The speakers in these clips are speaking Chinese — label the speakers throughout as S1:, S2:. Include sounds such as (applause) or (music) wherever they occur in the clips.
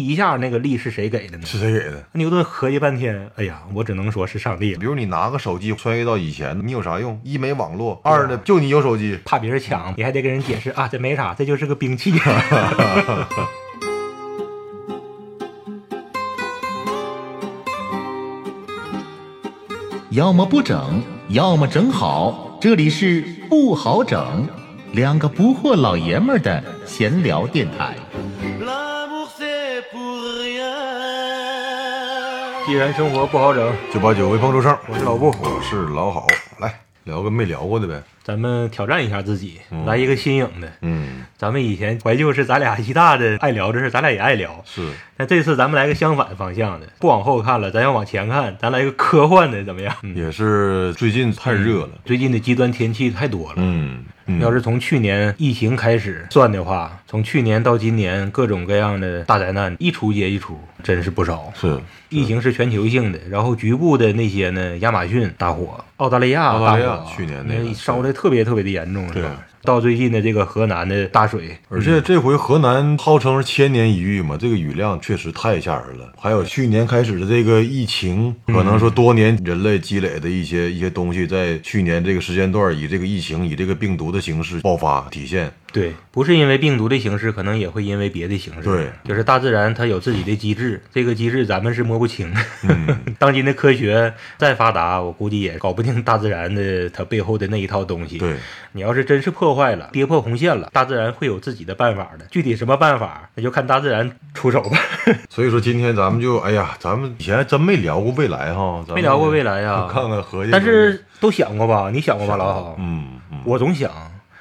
S1: 一下那个力是谁给的呢？
S2: 是谁给的？
S1: 牛顿合计半天，哎呀，我只能说是上帝了，
S2: 比如你拿个手机穿越到以前，你有啥用？一没网络，二呢就你有手机。
S1: 怕别人抢，你还得给人解释啊，这没啥，这就是个兵器。 (laughs)
S3: 要么不整，要么整好。这里是不好整，两个不惑老爷们儿的闲聊电台。
S4: L'amour c'est pour rien.
S1: 既然生活不好整，
S2: 九八九微胖周生，
S1: 我是老布，
S2: 我是老好，来聊个没聊过的呗。
S1: 咱们挑战一下自己，来一个新颖的。
S2: 嗯，
S1: 咱们以前怀旧是咱俩一大的爱聊这事儿，咱俩也爱聊。
S2: 是
S1: 那这次咱们来个相反方向的，不往后看了，咱要往前看，咱来个科幻的怎么样？嗯，
S2: 也是最近太热了。
S1: 最近的极端天气太多了。
S2: 嗯，嗯
S1: 要是从去年疫情开始算的话，从去年到今年，各种各样的大灾难一出接一出，真是不少。
S2: 是
S1: 疫情是全球性的，然后局部的那些呢，亚马逊大火，澳大利亚
S2: 澳
S1: 大
S2: 大利
S1: 火，
S2: 亚去年那个
S1: 因为烧的特别特别的严重，是
S2: 对
S1: 吧？到最近的这个河南的大水，
S2: 而且这回河南号称是千年一遇嘛，这个雨量确实太吓人了。还有去年开始的这个疫情，可能说多年人类积累的一些一些东西，在去年这个时间段以这个疫情、以这个病毒的形式爆发体现。
S1: 对，不是因为病毒的形式，可能也会因为别的形式。
S2: 对
S1: 就是大自然它有自己的机制，这个机制咱们是摸不清。
S2: 嗯
S1: (laughs) 当今的科学再发达，我估计也搞不定大自然的它背后的那一套东西。
S2: 对，
S1: 你要是真是破坏了、跌破红线了，大自然会有自己的办法的。具体什么办法，那就看大自然出手吧。
S2: 所以说今天咱们就，哎呀，咱们以前还真没聊过未来哈，咱们
S1: 没聊过未来呀
S2: 看看合计。
S1: 但是都想过吧？你想过吧，老郝？
S2: 嗯，嗯，
S1: 我总想，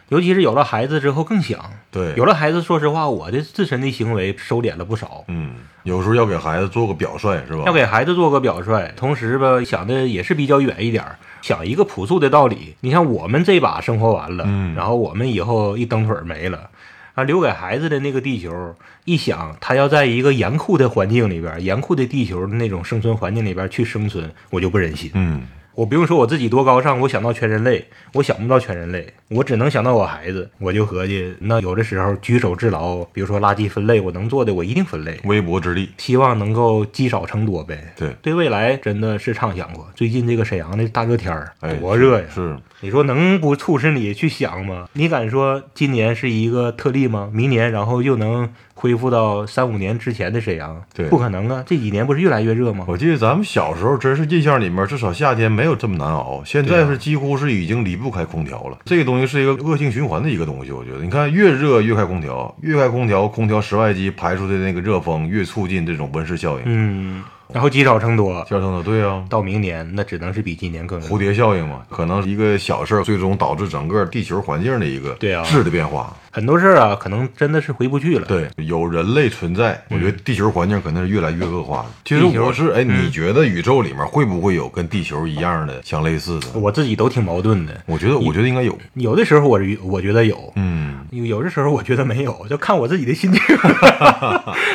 S1: 尤其是有了孩子之后更想。
S2: 对，
S1: 有了孩子，说实话，我的自身的行为收敛了不少。
S2: 嗯，有时候要给孩子做个表率是吧？
S1: 要给孩子做个表率，同时吧，想的也是比较远一点儿，想一个朴素的道理。你像我们这把生活完了，
S2: 嗯
S1: 然后我们以后一蹬腿儿没了。啊，留给孩子的那个地球，一想他要在一个严酷的环境里边儿、严酷的地球的那种生存环境里边儿去生存，我就不忍心。
S2: 嗯，
S1: 我不用说我自己多高尚，我想到全人类，我想不到全人类，我只能想到我孩子。我就合计，那有的时候举手之劳，比如说垃圾分类，我能做的我一定分类，
S2: 微薄之力，
S1: 希望能够积少成多呗。
S2: 对，
S1: 对未来真的是畅想过。最近这个沈阳的大热天儿，
S2: 哎，
S1: 多热呀！
S2: 是
S1: 你说能不促使你去想吗？你敢说今年是一个特例吗？明年然后又能恢复到三五年之前的沈阳？
S2: 对
S1: 不可能啊！这几年不是越来越热吗？
S2: 我记得咱们小时候，真是印象里面，至少夏天没有这么难熬。现在
S1: 对啊
S2: 是几乎是已经离不开空调了。这个东西是一个恶性循环的一个东西，我觉得。你看，越热越开空调，越开空调，空调室外机排出的那个热风，越促进这种温室效应。
S1: 嗯，然后积少成多，
S2: 交通的对啊，
S1: 到明年那只能是比今年更热
S2: 蝴蝶效应嘛，可能一个小事儿，最终导致整个地球环境的一个
S1: 对啊
S2: 质的变化。
S1: 很多事儿啊，可能真的是回不去了。，
S2: 对，有人类存在，我觉得地球环境可能是越来越恶化了。其
S1: 嗯
S2: 实
S1: 地球嗯
S2: 我是哎，你觉得宇宙里面会不会有跟地球一样的相类似的？
S1: 我自己都挺矛盾的。
S2: 我觉得，我觉得应该有。
S1: 有的时候我是我觉得有，
S2: 嗯，
S1: 有有的时候我觉得没有，就看我自己的心情。 (laughs)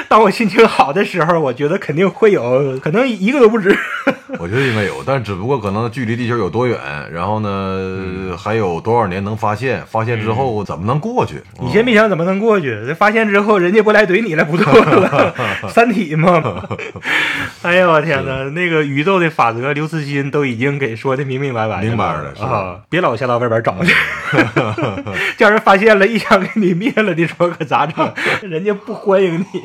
S1: 当我心情好的时候，我觉得肯定会有，可能一个都不止。
S2: 我觉得应该有，但只不过可能距离地球有多远，然后
S1: 嗯
S2: 呢，还有多少年能发现？发现之后怎么能过去？
S1: 你先别想怎么能过去，这发现之后人家过来怼你了，不错
S2: (laughs)
S1: 了，三体嘛。哎呦我天哪，那个宇宙的法则，刘慈欣都已经给说的明明白白了，
S2: 明白了是
S1: 啊，别老下到外边找
S2: (laughs)
S1: 去，叫人发现了，一枪给你灭了，你说可咋整？人家不欢迎
S2: (laughs)
S1: 你。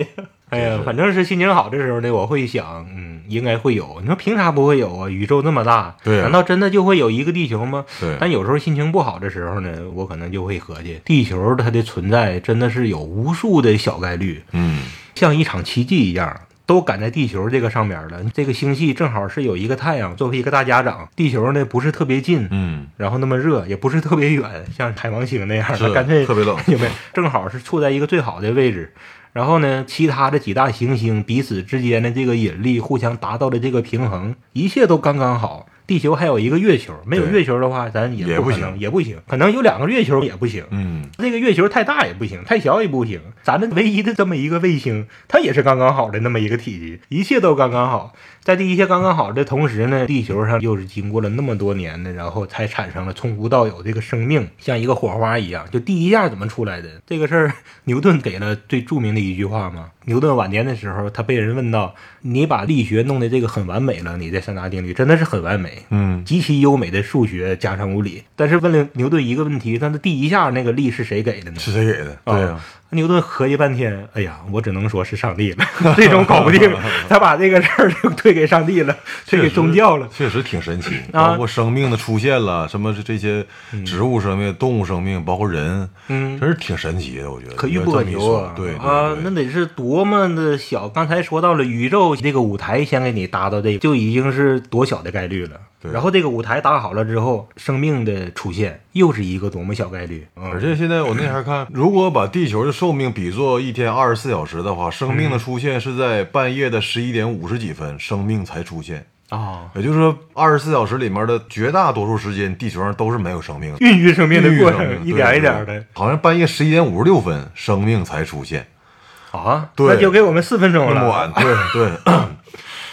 S1: 哎呀，反正是心情好的时候呢，我会想，嗯，应该会有。你说凭啥不会有啊？宇宙那么大，
S2: 对啊
S1: 难道真的就会有一个地球吗？
S2: 对
S1: 但有时候心情不好的时候呢，我可能就会合计，地球它的存在真的是有无数的小概率，
S2: 嗯，
S1: 像一场奇迹一样。都赶在地球这个上面了。这个星系正好是有一个太阳作为一个大家长，地球呢不是特别近，
S2: 嗯，
S1: 然后那么热，也不是特别远，像海王星那样
S2: 是
S1: 的，干脆
S2: 特别冷
S1: (laughs) 有没有？正好是处在一个最好的位置。然后呢，其他的几大行星彼此之间的这个引力互相达到了这个平衡，一切都刚刚好。地球还有一个月球，没有
S2: 对
S1: 月球的话，咱也
S2: 也
S1: 不
S2: 不
S1: 可
S2: 行
S1: 能，也不行，可能有两个月球也不行。
S2: 嗯，
S1: 这个月球太大也不行，太小也不行，咱们唯一的这么一个卫星，它也是刚刚好的那么一个体积，一切都刚刚好。在这一切刚刚好的同时呢，地球上又是经过了那么多年的，然后才产生了从无到有这个生命，像一个火花一样，就第一下怎么出来的这个事儿， (laughs) 牛顿给了最著名的一句话嘛。牛顿晚年的时候，他被人问到：“你把力学弄得这个很完美了，你这三大定律真的是很完美，
S2: 嗯，
S1: 极其优美的数学加上物理。”但是问了牛顿一个问题，那他第一下那个力是谁给的呢？啊
S2: 是谁给的？
S1: 哦
S2: 对啊呀、
S1: 牛顿合计半天，哎呀，我只能说是上帝了， (laughs) 这种搞不
S2: (laughs)
S1: 定，他把这个事儿就推给上帝了，推给宗教了。
S2: 确实挺神奇，
S1: 啊
S2: 包括生命的出现了，什么是这些植物生命、动物生命，包括人，
S1: 嗯
S2: 真是挺神奇的。我觉得
S1: 可遇不可
S2: 这么一
S1: 求
S2: 说
S1: 啊！
S2: 对对
S1: 啊
S2: 对，
S1: 那得是多么的小！刚才说到了宇宙这个舞台，先给你搭到这个，就已经是多小的概率了。
S2: 对
S1: 然后这个舞台搭好了之后，生命的出现又是一个多么小概率！嗯
S2: 而且现在我那天看，如果把地球的寿命比作一天二十四小时的话，生命的出现是在半夜的十一点五十几分，生命才出现。
S1: 啊，
S2: 也就是说，二十四小时里面的绝大多数时间，地球上都是没有生命的。
S1: 孕育生命的过
S2: 孕育生
S1: 程，
S2: 命
S1: 一点
S2: 对
S1: 一点的
S2: 对对好像半夜十一点五十六分，生命才出现。
S1: 啊，
S2: 对
S1: 那就给我们四分钟
S2: 那么
S1: 了
S2: 晚，对对。 (clears throat)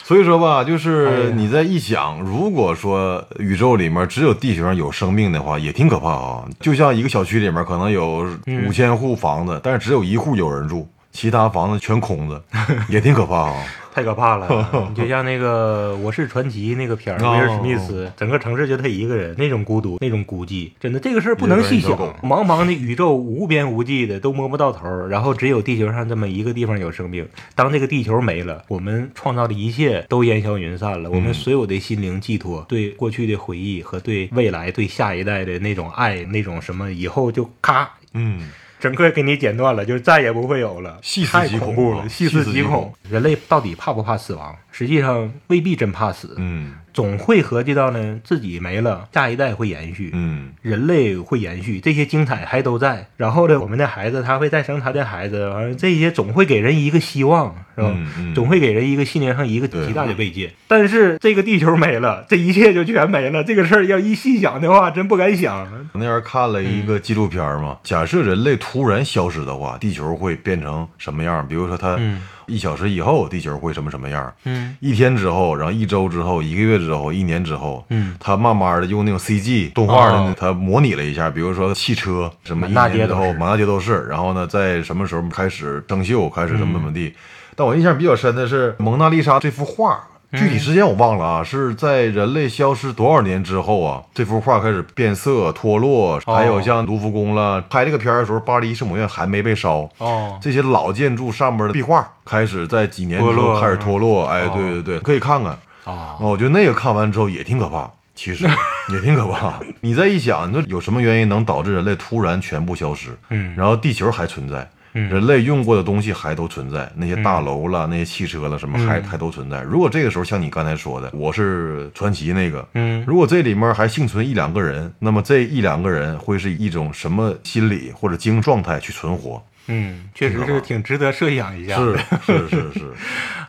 S2: 所以说吧，就是你在一想，如果说宇宙里面只有地球上有生命的话，也挺可怕啊。就像一个小区里面可能有五千户房子，但是只有一户有人住，其他房子全空着，也挺可怕啊。
S1: 太可怕
S2: (laughs)
S1: 了！你就像那个《我是传奇》那个片儿，
S2: 哦
S1: 威尔史密斯，整个城市就他一个人，那种孤独，那种孤寂，真的这个事儿不能细
S2: 一
S1: 想
S2: 个人一。
S1: 茫茫的宇宙无边无际的，都摸不到头儿，然后只有地球上这么一个地方有生命。当这个地球没了，我们创造的一切都烟消云
S2: 嗯
S1: 散了，我们所有的心灵寄托，对过去的回忆和对未来、对下一代的那种爱，那种什么，以后就咔
S2: 嗯，
S1: 整个给你剪断了，就 (laughs) 再也不会有了，
S2: 细思
S1: 太
S2: 极
S1: 恐
S2: 恐
S1: 怖
S2: 啊
S1: 了，细思
S2: 细思
S1: 极
S2: 极
S1: 恐
S2: 恐。
S1: 人类到底怕不怕死亡？实际上未必真怕死，
S2: 嗯
S1: 总会合计到呢，自己没了，下一代会延续。
S2: 嗯，
S1: 人类会延续，这些精彩还都在。然后呢，我们的孩子他会再生他的孩子，完了这些总会给人一个希望，是吧？
S2: 嗯嗯
S1: 总会给人一个心灵上一个
S2: 对
S1: 极大的慰藉。但是这个地球没了，这一切就全没了。这个事儿要一细想的话，真不敢想。
S2: 我那天看了一
S1: 嗯
S2: 个纪录片嘛，假设人类突然消失的话，地球会变成什么样？比如说，它
S1: 嗯
S2: 一小时以后，地球会什么什么样？
S1: 嗯
S2: 一天之后，然后一周之后，一个月之后，一年之后，
S1: 嗯
S2: 他慢慢的用那种 CG 动画的那，
S1: 哦
S2: 他模拟了一下，比如说汽车什么，一
S1: 满大
S2: 年
S1: 街
S2: 之
S1: 都
S2: 后
S1: 是
S2: 满大街都是，然后呢，在什么时候开始生锈，开始怎么怎么地。
S1: 嗯
S2: 但我印象比较深的是《蒙娜丽莎》这幅画。具体时间我忘了啊，是在人类消失多少年之后啊？这幅画开始变色、脱落，还有像卢浮宫了。拍这个片儿的时候，巴黎圣母院还没被烧，
S1: 哦，
S2: 这些老建筑上面的壁画开始在几年之
S1: 脱落
S2: 后开始脱落，哎，对对对，可以看看。
S1: 哦，
S2: 我觉得那个看完之后也挺可怕，
S1: (laughs)
S2: 其实也挺可怕。你再一想，你说有什么原因能导致人类突然全部消失？
S1: 嗯
S2: 然后地球还存在，人类用过的东西还都存在，那些大楼
S1: 嗯
S2: 了、那些汽车了，什么还、还都存在。如果这个时候像你刚才说的，我是传奇那个，
S1: 嗯
S2: 如果这里面还幸存一两个人，那么这一两个人会是一种什么心理或者经营状态去存活？
S1: 嗯，确实是挺值得设想一下，
S2: 是是是是，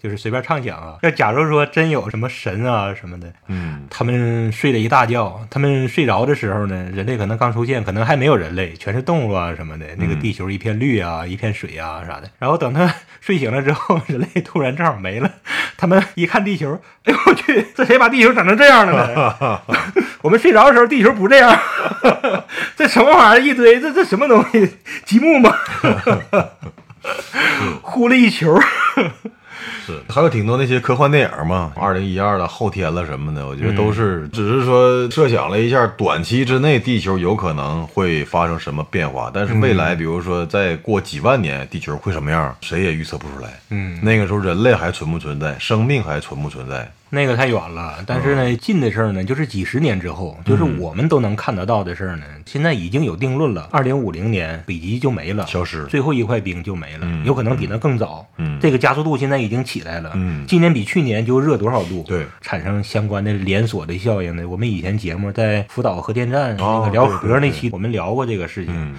S1: 就是随便畅想啊。要假如说真有什么神啊什么的，
S2: 嗯，
S1: 他们睡了一大觉，他们睡着的时候呢，人类可能刚出现，可能还没有人类，全是动物啊什么的，那个地球一片绿啊，一片水啊啥的。然后等他 (laughs) 睡醒了之后，人类突然正好没了，他们一看地球，哎呦我去，这谁把地球整成这样了呢？我们睡着的时候，地球不这样， (laughs) 这什么玩意儿一堆，这这什么东西？积木吗？ (laughs) 呼了一球，
S2: 是，还有挺多那些科幻电影
S1: 嗯
S2: 嘛，二零一二了、后天了什么的，我觉得都是、只是说设想了一下，短期之内地球有可能会发生什么变化，但是未
S1: 嗯
S2: 来，比如说再过几万年，地球会什么样，谁也预测不出来。
S1: 嗯，
S2: 那个时候人类还存不存在，生命还存不存在？
S1: 那个太远了，但是
S2: 嗯
S1: 呢，近的事儿呢，就是几十年之后，就是我们都能看得到的事儿呢，现在已经有定论了。二零五零年，北极就没了，
S2: 消失
S1: 最后一块冰就没了，有可能比那更早。
S2: 嗯
S1: 这个加速度现在已经起来了，
S2: 嗯
S1: 今年比去年就热多少度？
S2: 对
S1: 产生相关的连锁的效应呢。我们以前节目在福岛核电站、
S2: 哦
S1: 那个聊
S2: 对对
S1: 核那
S2: 对
S1: 期，我们聊过这个事情。
S2: 嗯，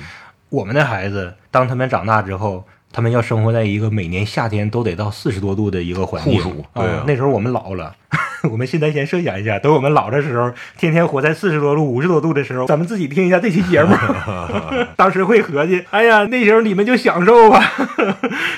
S1: 我们的孩子，当他们长大之后，他们要生活在一个每年夏天都得到四十多度的一个环境。
S2: 酷暑
S1: 啊
S2: 对啊
S1: 那时候我们老了， (laughs) 我们现在先设想一下，等我们老的时候，天天活在四十多度、五十多度的时候，咱们自己听一下这期
S2: (laughs)
S1: 节目，当时会合计，哎呀，那时候你们就享受吧， (laughs)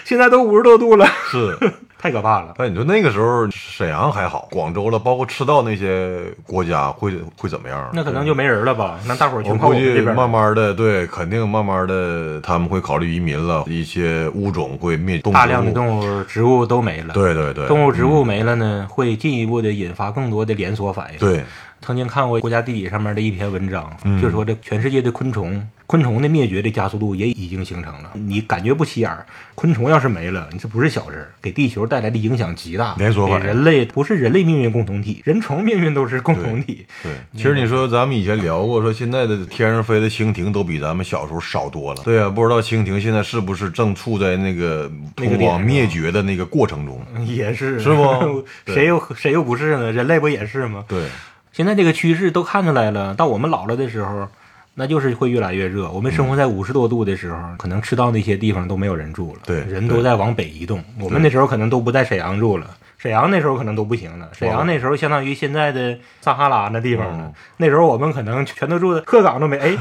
S1: 现在都五十多度了，
S2: 是。
S1: 太可怕了。
S2: 哎但你说那个时候沈阳还好，广州了，包括赤道那些国家会会怎么样？
S1: 那可能就没人了吧？那大伙儿
S2: 我
S1: 全跑我
S2: 估
S1: 们这
S2: 计
S1: 边了。
S2: 慢慢的，对，肯定慢慢的他们会考虑移民了，一些物种会灭动
S1: 大量的
S2: 物，
S1: 动物、植物都没了。
S2: 对对对，
S1: 动物、植物没了呢，会进一步的引发更多的连锁反应。，
S2: 对，
S1: 曾经看过国家地理上面的一篇文章，
S2: 嗯
S1: 就说这全世界的昆虫，昆虫的灭绝的加速度也已经形成了。你感觉不起眼儿，昆虫要是没了，你这不是小事儿，给地球带来的影响极大。
S2: 连锁反应
S1: 给人类不是人类命运共同体，人虫命运都是共同体。 (laughs)
S2: 对，其实你说咱们以前聊过，说现在的天上飞的蜻蜓都比咱们小时候少多了。对啊，不知道蜻蜓现在是不是正处在那个
S1: 那个
S2: 通
S1: 点
S2: 往
S1: 上嗯
S2: 灭绝的那个过程中？
S1: 也是
S2: 是不
S1: (laughs)
S2: 对
S1: 谁又谁又不是呢？人类不也是吗？ (laughs)
S2: 对，
S1: 现在这个趋势都看出来了，到我们老了的时候，那就是会越来越热。我们生活在五十多度的时候，可能赤道那些地方都没有人住了，
S2: 对
S1: 人都在往北移动。我们那时候可能都不在沈阳住了，沈阳那时候可能都不行了。沈阳那时候相当于现在的撒哈拉那地方了。
S2: 嗯
S1: 那时候我们可能全都住在鹤岗都没， (laughs) 哎，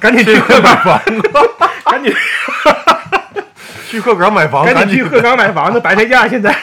S1: 赶紧去鹤岗吧， (laughs) 赶紧
S2: (laughs) 去鹤岗买房，
S1: 赶
S2: 赶
S1: 紧去鹤岗买房子，白菜价现在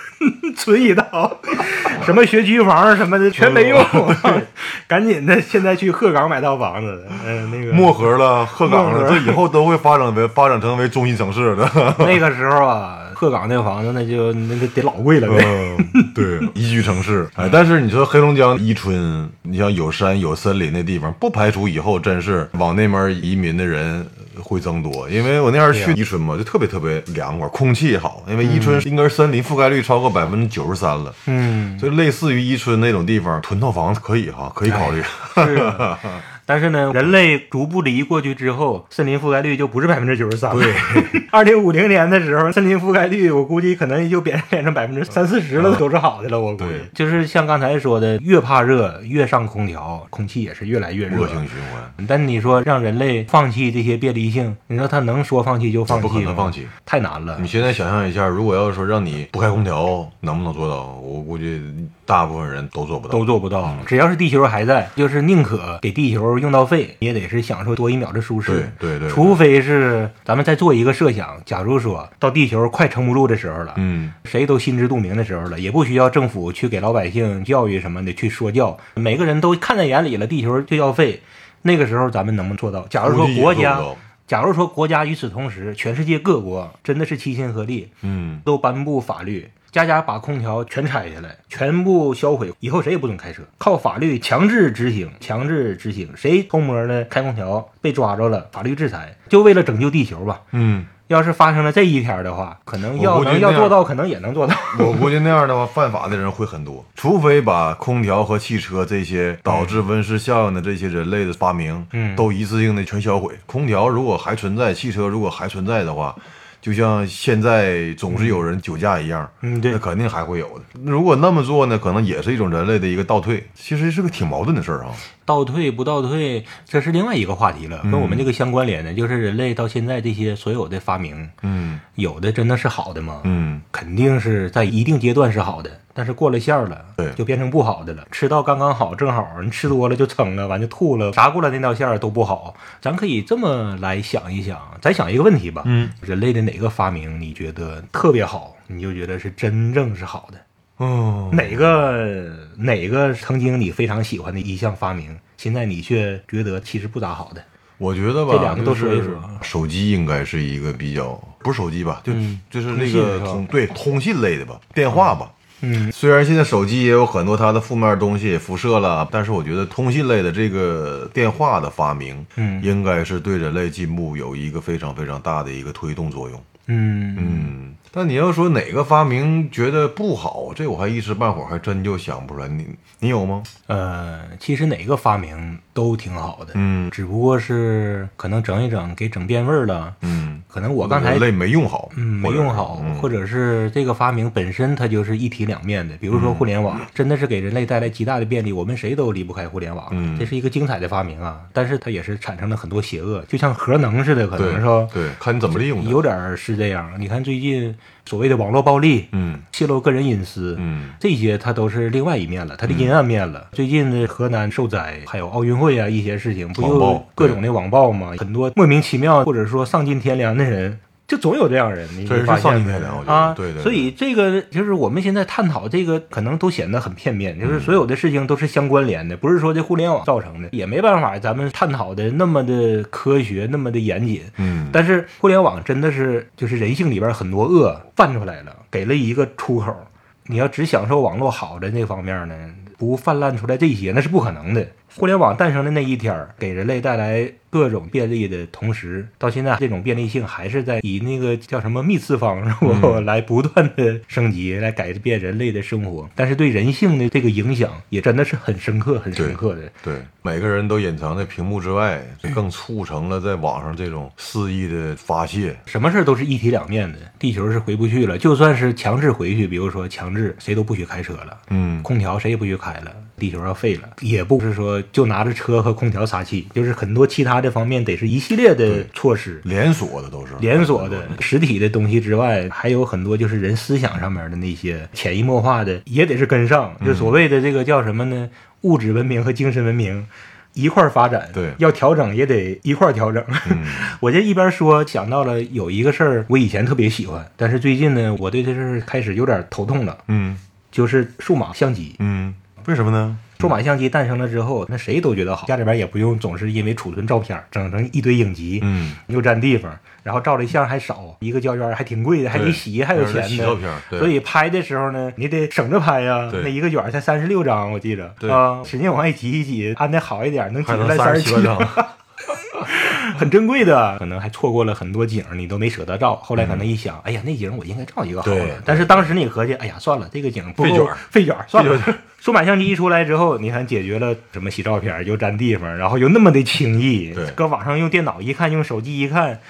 S1: (laughs) 存一刀， (laughs) 什么学区房什么的全没用， (laughs) 赶紧的，现在去鹤岗买套房子。嗯、那个
S2: 漠河了、鹤岗
S1: 漠
S2: 了，
S1: 河
S2: 这以后都会发展为发展成为中心城市的。
S1: 那个时候啊，鹤岗那房子那就那个得老贵了呗。
S2: 嗯，
S1: (laughs)
S2: 对，宜居城市。哎，但是你说黑龙江伊春，你像有山有森林的地方，不排除以后真是往那边移民的人会增多。因为我那儿去伊春嘛，就特别特别凉快，空气也好。因为伊春应该是森林覆盖率超过百分之九十三了，
S1: 嗯，
S2: 所以类似于伊春那种地方，囤套房子可以哈，可以考虑。
S1: 是啊。
S2: (laughs)
S1: 但是呢，人类逐步的移过去之后，森林覆盖率就不是百分之九十三了。
S2: 对，
S1: (laughs) 二零五零年的时候，森林覆盖率我估计可能也就变变成百分之三四十了，都是好的了。我估计
S2: 对
S1: 就是像刚才说的，越怕热越上空调，空气也是越来越热
S2: 恶。性循环，
S1: 但你说让人类放弃这些便利性，你说他能说放弃就放弃
S2: 不可能
S1: 吗
S2: 放弃。
S1: 太难了
S2: (laughs) 你。现在想象一下，如果要是说让你不开空调，能不能做到？我估计大部分人都做不到。
S1: 都做不到，
S2: 嗯
S1: 只要是地球还在，就是宁可给地球用到废，也得是享受多一秒的舒适。
S2: 对对对
S1: 除非是咱们再做一个设想，假如说到地球快撑不住的时候了，
S2: 嗯，
S1: 谁都心知肚明的时候了，也不需要政府去给老百姓教育什么的去说教，每个人都看在眼里了，地球就要废。那个时候咱们能不能做到？假如说
S2: 估计也
S1: 国
S2: 做不
S1: 家
S2: 到，
S1: 假如说国家与此同时，全世界各国真的是齐心合力，
S2: 嗯，
S1: 都颁布法律，家家把空调全拆下来，全部销毁，以后谁也不准开车，靠法律强制执行，强制执行，谁偷摸的开空调被抓着了，法律制裁，就为了拯救地球吧。
S2: 嗯，
S1: 要是发生了这一天的话，可能
S2: 我
S1: 要
S2: 估计
S1: 能
S2: 那
S1: 要
S2: 样
S1: 做到，可能也能做
S2: (laughs)
S1: 到。
S2: 我估计那样的话，犯法的人会很多，除非把空调和汽车这些导致温室效应的这些人类的发明，
S1: 嗯
S2: 都一次性的全销毁。空调如果还存在，汽车如果还存在的话。就像现在总是有人酒驾一样，
S1: 嗯对
S2: 那肯定还会有的。如果那么做呢，可能也是一种人类的一个倒退，其实是个挺矛盾的事儿啊。
S1: 倒退不倒退，这是另外一个话题了，跟我
S2: 嗯
S1: 们这个相关联的，就是人类到现在这些所有的发明，
S2: 嗯
S1: 有的真的是好的吗？
S2: 嗯，
S1: 肯定是在一定阶段是好的，但是过了线儿了，
S2: 对
S1: 就变成不好的了。吃到刚刚好，正好你吃多了就撑了，完就吐了，啥过了那道线儿都不好。咱可以这么来想一想，咱想一个问题吧，
S2: 嗯，
S1: 人类的哪个发明你觉得特别好，你就觉得是真正是好的？
S2: 哦，
S1: 哪个哪个曾经你非常喜欢的一项发明，现在你却觉得其实不咋好的？
S2: 我觉得吧，
S1: 这两个都说一说
S2: 就是手机应该是一个比较，不是手机吧，就、
S1: 啊嗯
S2: 就是
S1: 通
S2: 那
S1: 信
S2: 个
S1: 是吧
S2: 通对通信类的吧，电话吧。
S1: 嗯
S2: 虽然现在手机也有很多它的负面东西也辐射了，但是我觉得通信类的这个电话的发明，
S1: 嗯
S2: 应该是对人类进步有一个非常非常大的一个推动作用。
S1: 嗯嗯，
S2: 嗯，但你要说哪个发明觉得不好，这我还一时半会儿还真就想不出来。你你有吗？
S1: 呃，其实哪个发明都挺好的，
S2: 嗯
S1: 只不过是可能整一整给整变味儿了。
S2: 嗯，
S1: 可能我刚才
S2: 人类没用好，
S1: 嗯没用好，或
S2: 者
S1: 者是这个发明本身它就是一体两面的。比
S2: 嗯
S1: 如说互联网，真的是给人类带来极大的便利，我们谁都离不开互联网，
S2: 嗯
S1: 这是一个精彩的发明啊。但是它也是产生了很多邪恶，就像核能似的，可
S2: 对
S1: 能说
S2: 对，看你怎么利用它。
S1: 有点儿是这样。你看最近所谓的网络暴力，
S2: 嗯
S1: 泄露个人隐私，
S2: 嗯
S1: 这些它都是另外一面了，它的阴暗面了。最近的河南受灾，还有奥运会啊一些事情，不
S2: 网
S1: 就
S2: 暴
S1: 各种的网暴吗？很多莫名其妙或者说丧尽天良的人，就总有这样人，你
S2: 确
S1: 你
S2: 实是
S1: 发现
S2: 丧尽
S1: 没
S2: 天良我觉得
S1: 啊，
S2: 对对对
S1: 所以这个就是我们现在探讨这个，可能都显得很片面，
S2: 嗯
S1: 就是所有的事情都是相关联的，不是说这互联网造成的，也没办法咱们探讨的那么的科学，那么的严谨。
S2: 嗯，
S1: 但是互联网真的是就是人性里边很多恶泛出来了，给了一个出口。你要只享受网络好的那方面呢，不泛滥出来这些，那是不可能的。互联网诞生的那一天儿，给人类带来各种便利的同时，到现在这种便利性还是在以那个叫什么幂次方， (laughs) 是
S2: 嗯
S1: 不、来不断的升级，来改变人类的生活。但是对人性的这个影响，也真的是很深刻、很深刻的。
S2: 对，每个人都隐藏在屏幕之外，
S1: 嗯
S2: 更促成了在网上这种肆意的发泄。
S1: 什么事儿都是一体两面的，地球是回不去了。就算是强制回去，比如说强制谁都不许开车了，
S2: 嗯
S1: 空调谁也不许开了，地球要废了，也不是说就拿着车和空调撒气，就是很多其他的方面得是一系列的措施，
S2: 连锁的都是
S1: 连锁
S2: (laughs)
S1: 的实体的东西之外，还有很多就是人思想上面的那些潜移默化的，也得是跟上。
S2: 嗯
S1: 就所谓的这个叫什么呢？物质文明和精神文明一块儿发展，
S2: 对嗯
S1: 要调整也得一块儿调整。 (laughs) 我这一边说，想到了有一个事儿，我以前特别喜欢，但是最近呢，我对这事儿开始有点头痛了，
S2: 嗯
S1: 就是数码相机。
S2: 嗯，为什么呢？
S1: 数码相机诞生了之后，那谁都觉得好，家里边也不用总是因为储存照片儿整成一堆影集，
S2: 嗯，
S1: 又占地方，然后照的相还少，一个胶卷儿还挺贵的，还得
S2: 对
S1: 洗，还有
S2: 还得
S1: 钱
S2: 洗
S1: 的
S2: 照片儿。对
S1: 所以拍的时候呢，你得省着拍呀、
S2: 对
S1: 那一个卷儿才三十六张，我记着
S2: 对
S1: 啊，使劲往外挤一挤，安的好一点，能挤
S2: 还
S1: 出
S2: (laughs) 能
S1: 来
S2: 三
S1: 十
S2: 十七
S1: 七
S2: 张，
S1: 很珍贵的，可能还错过了很多景儿，你都没舍得照。后来可能一想，哎呀，那景儿我应该照一个好
S2: 嗯对
S1: 的。但是当时你合计，哎呀，算了，这个景儿不够
S2: 费卷儿
S1: 费卷儿，算了
S2: 费卷。
S1: 数码相机一出来之后，你看解决了什么洗照片儿又占地方，然后又那么的轻易
S2: 对，
S1: 搁网上用电脑一看，用手机一看。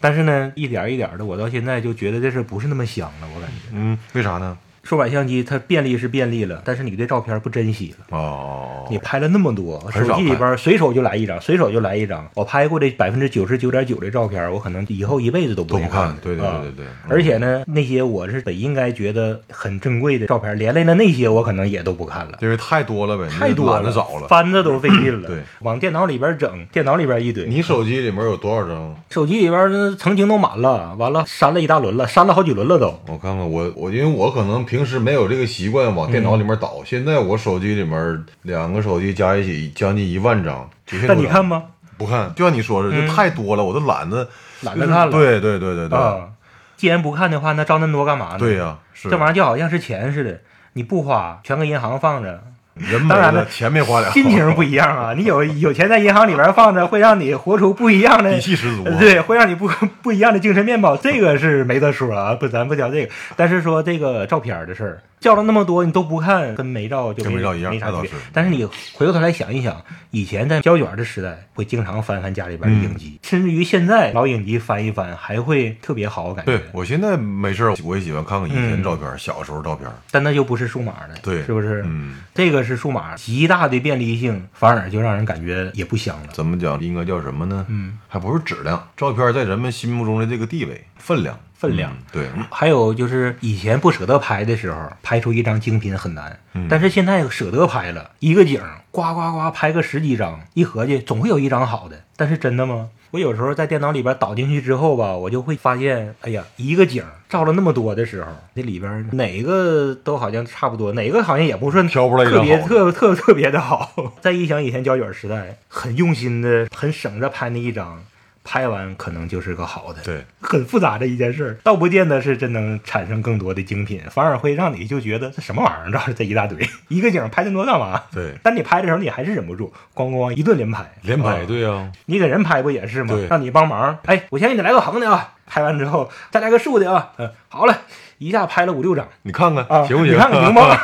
S1: 但是呢，一点儿一点儿的，我到现在就觉得这事儿不是那么香了，我感觉。
S2: 嗯，为啥呢？
S1: 数码相机它便利是便利了，但是你对照片儿不珍惜了。
S2: 哦，
S1: 你拍了那么多，
S2: 很
S1: 手
S2: 少
S1: 机里
S2: 拍
S1: 边随手就来一张，随手就来一张。我拍过的百分之九十九点九的照片，我可能以后一辈子都不
S2: 都
S1: 会
S2: 不
S1: 看
S2: 看
S1: 了。
S2: 对对
S1: 啊
S2: 对对对
S1: 而且呢，那些我是本应该觉得很珍贵的照片，连累了那些我可能也都不看了。
S2: 因为太多了呗，
S1: 太多
S2: 嗯懒
S1: 了，
S2: 得找了。嗯
S1: 翻着都费劲了。
S2: 对，
S1: 往电脑里边整，电脑里边一堆。
S2: 你手机里面有多少张？
S1: 手机里边那曾经都满了，完了删了一大轮了，删了好几轮了都。
S2: 我看看，我我因为我可能平时没有这个习惯往电
S1: 嗯
S2: 脑里面导，现在我手机里面两个手机加一起将近一万张，九千多
S1: 但
S2: 张。
S1: 你看吗？
S2: 不看？就像你说的，就太多了，我都懒得
S1: 懒得看了
S2: 对对对对对，
S1: 啊，既然不看的话，那照那么多干嘛呢？
S2: 对呀、是
S1: 这玩意儿就好像是钱似的，你不花，全搁银行放着，
S2: 人没
S1: 当然
S2: 了，
S1: 了
S2: 钱没花了，
S1: 心情不一样啊！你有有钱在银行里边放着，会让你活出不一样的
S2: (laughs) 底气十足啊
S1: 呃 (laughs) 对，会让你不不一样的精神面貌，这个是没得说啊。不，咱不聊这个，但是说这个照片的事儿，叫了那么多，你都不看，跟没照就
S2: 跟没照一样
S1: 没啥
S2: 那
S1: 区
S2: 倒
S1: 别
S2: 是。
S1: 但是你回过头来想一想，以前在胶卷的时代，会经常翻翻家里边
S2: 嗯
S1: 的影集，甚至于现在老影集翻一翻，还会特别好，我感觉
S2: 对。我现在没事儿，我也喜欢看看以前
S1: 嗯
S2: 照片，小时候照片。
S1: 但那就不是数码的，
S2: 对
S1: 是不是？
S2: 嗯，
S1: 这个是数码极大的便利性，反而就让人感觉也不香了。
S2: 怎么讲？应该叫什么呢？嗯，还不是质量，照片在人们心目中的这个地位、分量、
S1: 分量
S2: 嗯对，
S1: 还有就是以前不舍得拍的时候，拍出一张精品很难，但是现在舍得拍了，一个景儿呱呱呱拍个十几张，一合计总会有一张好的。但是真的吗？我有时候在电脑里边导进去之后吧，我就会发现，哎呀，一个景儿照了那么多的时候，这里边哪个都好像差不多，哪个好像也不是
S2: 挑不出来一
S1: 特
S2: 张
S1: 别
S2: 好
S1: 特
S2: 的
S1: 特特别的好。 (laughs) 再一想以前胶卷时代，很用心的、很省着拍那一张，拍完可能就是个好的。
S2: 对，
S1: 很复杂的一件事儿，倒不见得是真能产生更多的精品，反而会让你就觉得这什么玩意儿，照着 (laughs) 这一大堆，一个景儿拍这么多干嘛？ (laughs)
S2: 对
S1: 但你拍的时候，你还是忍不住，咣咣一顿连拍，
S2: 连拍，
S1: 啊
S2: 对呀、
S1: 你给人拍不也是吗
S2: 对？
S1: 让你帮忙，哎，我先给你来个横的啊，拍完之后再来个竖的啊，嗯，好了，一下拍了五六张
S2: 你看看、啊
S1: 啊，
S2: 行不行？
S1: 你看
S2: (laughs)
S1: 看行吗？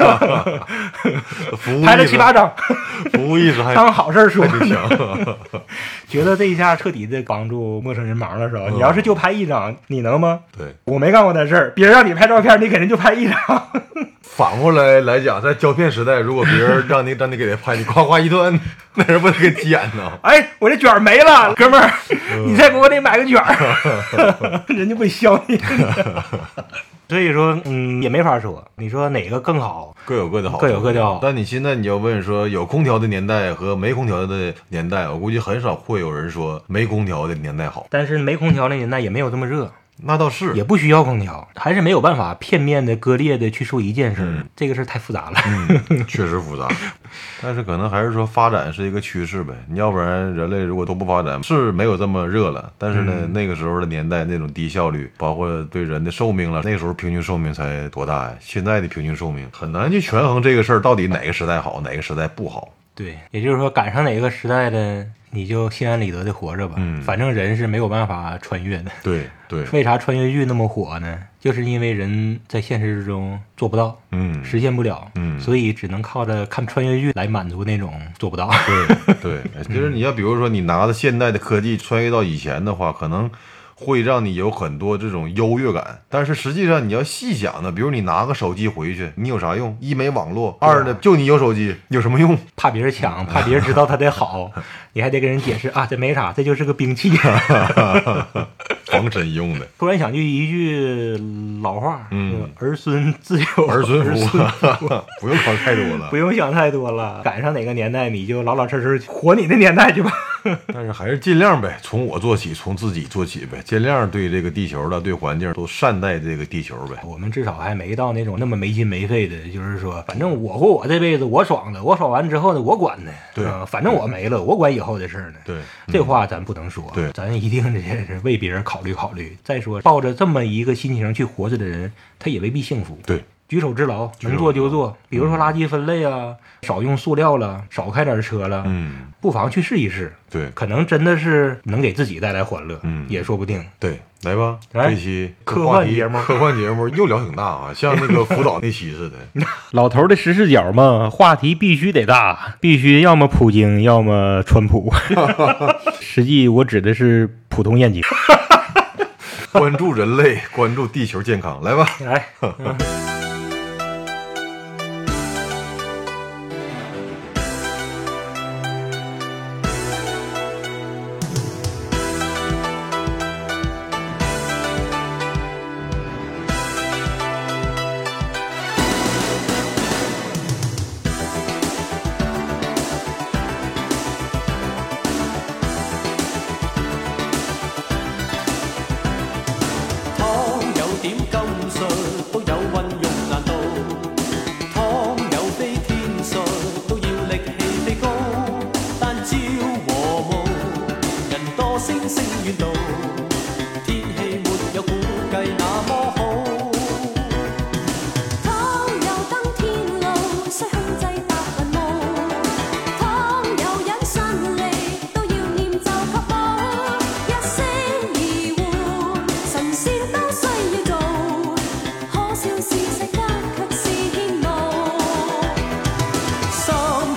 S2: 服务
S1: 拍了
S2: 意识
S1: 七八
S2: (laughs)
S1: 张，
S2: 服务意识还
S1: 当好事儿说
S2: 还，挺强。
S1: 觉得这一下彻底的帮助陌生人忙了是
S2: 嗯
S1: 吧？你要是就拍一张，你能吗？
S2: (laughs) 对，
S1: 我没干过那事儿，别人让你拍照片，你肯定就拍一张。
S2: 反过来来讲，在胶片时代，如果别人让你让你给他拍，你夸夸一顿，那人不得给急眼呐？
S1: 哎，我这卷儿没了，哥们儿，你再给我得买个卷 (laughs) 儿，人家不削你。所以说，嗯，也没法说，你说哪个更好？
S2: (laughs) 各有各的好，
S1: 各有各的好
S2: 但你现在你要问说，有空调的年代和没空调的年代，我估计很少会有人说没空调的年代好。
S1: 但是没空调那年代也没有这么热，
S2: 那倒是，
S1: 也不需要空调，还是没有办法片面的割裂的去说一件事儿，这个事儿太复杂了。
S2: 嗯确实复杂， (laughs) 但是可能还是说发展是一个趋势呗。你要不然人类如果都不发展，是没有这么热了。但是呢，那个时候的年代那种低效率，包括对人的寿命了，那时候平均寿命才多大呀？现在的平均寿命很难去权衡这个事儿到底哪个时代好，哪个时代不好。
S1: 对，也就是说，赶上哪个时代的，你就心安理得的活着吧。
S2: 嗯
S1: 反正人是没有办法穿越的。
S2: 对对，
S1: 为啥穿越剧那么火呢？就是因为人在现实中做不到，
S2: 嗯，
S1: 实现不了，
S2: 嗯
S1: 所以只能靠着看穿越剧来满足那种做
S2: (laughs)
S1: 不到。
S2: 对对， (laughs) 就是你要比如说你拿着现代的科技穿越到以前的话，可能会让你有很多这种优越感。但是实际上你要细想呢，比如你拿个手机回去，你有啥用？一没网络，二呢就你有手机，有什么 (laughs) 用？
S1: 怕别人抢，怕别人知道它得好，你还得跟人解释啊，这没啥，这就是个兵
S2: (laughs)
S1: 器。
S2: 防身用 (laughs) 的，
S1: 突然想起一句老话，
S2: 嗯
S1: 就是儿孙自有
S2: 儿孙福
S1: 孙，
S2: (laughs) 不用考太多了
S1: (laughs) 不。用想太多了。赶上哪个年代，你就老老实实活你的年代去吧。
S2: 但是还是尽量呗，从我做起，从自己做起呗，尽量对这个地球了，对环境都善待这个地球呗。
S1: 我们至少还没到那种那么没心没肺的，就是说，反正我过我这辈子，我爽了，我爽完之后呢，我管呢，
S2: 对
S1: 啊反正我没了，我管以后的事儿呢。
S2: 对，嗯
S1: 这话咱不能说，
S2: 对
S1: 咱一定得是为别人考虑考虑。再说，抱着这么一个心情去活着的人，他也未必幸福。
S2: 对，
S1: 举手之劳，能做就
S2: 嗯
S1: 做。比如说垃圾分类啊，少用塑料了，少开点车了，
S2: 嗯，
S1: 不妨去试一试，
S2: 对
S1: 可能真的是能给自己带来欢乐，
S2: 嗯
S1: 也说不定。
S2: 对，来吧，
S1: 来
S2: 这期
S1: 哎科
S2: 话
S1: 幻
S2: 题
S1: 节目
S2: 科幻节目又聊挺大啊，像那个辅导那期
S1: (laughs)
S2: 似的。
S1: 老头儿的十视角嘛，话题必须得大，必须要么普京，要么川普。实际我指的是普通燕京。
S2: 关注人类，关注地球健康，来吧。
S1: 来，
S4: 湯有點金碎，都有運用難度。湯有飛天碎，都要力氣飛高。但朝和暮，人多星星遠道，天氣沒有估計那麼好。
S5: 倘有登天路，須控制白雲霧。倘有忍順利，都要念就確保。一聲而換，神仙都需要做。可笑是世間卻是天路。
S4: 三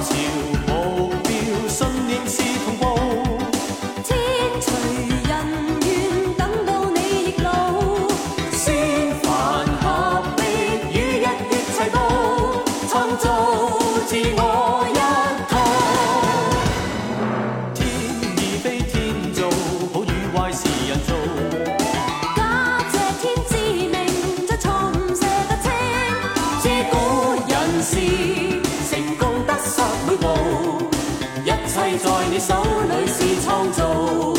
S4: 朝目標，信念是同步。
S5: 天隨人願，等到你亦老。先凡合璧，與日月齊步，創造自我一套。
S4: 天意非天造，好與壞是人造。
S5: 家謝天之命，將錯誤寫得清。自古人事，成功得失每步，一切在你手裏是創造。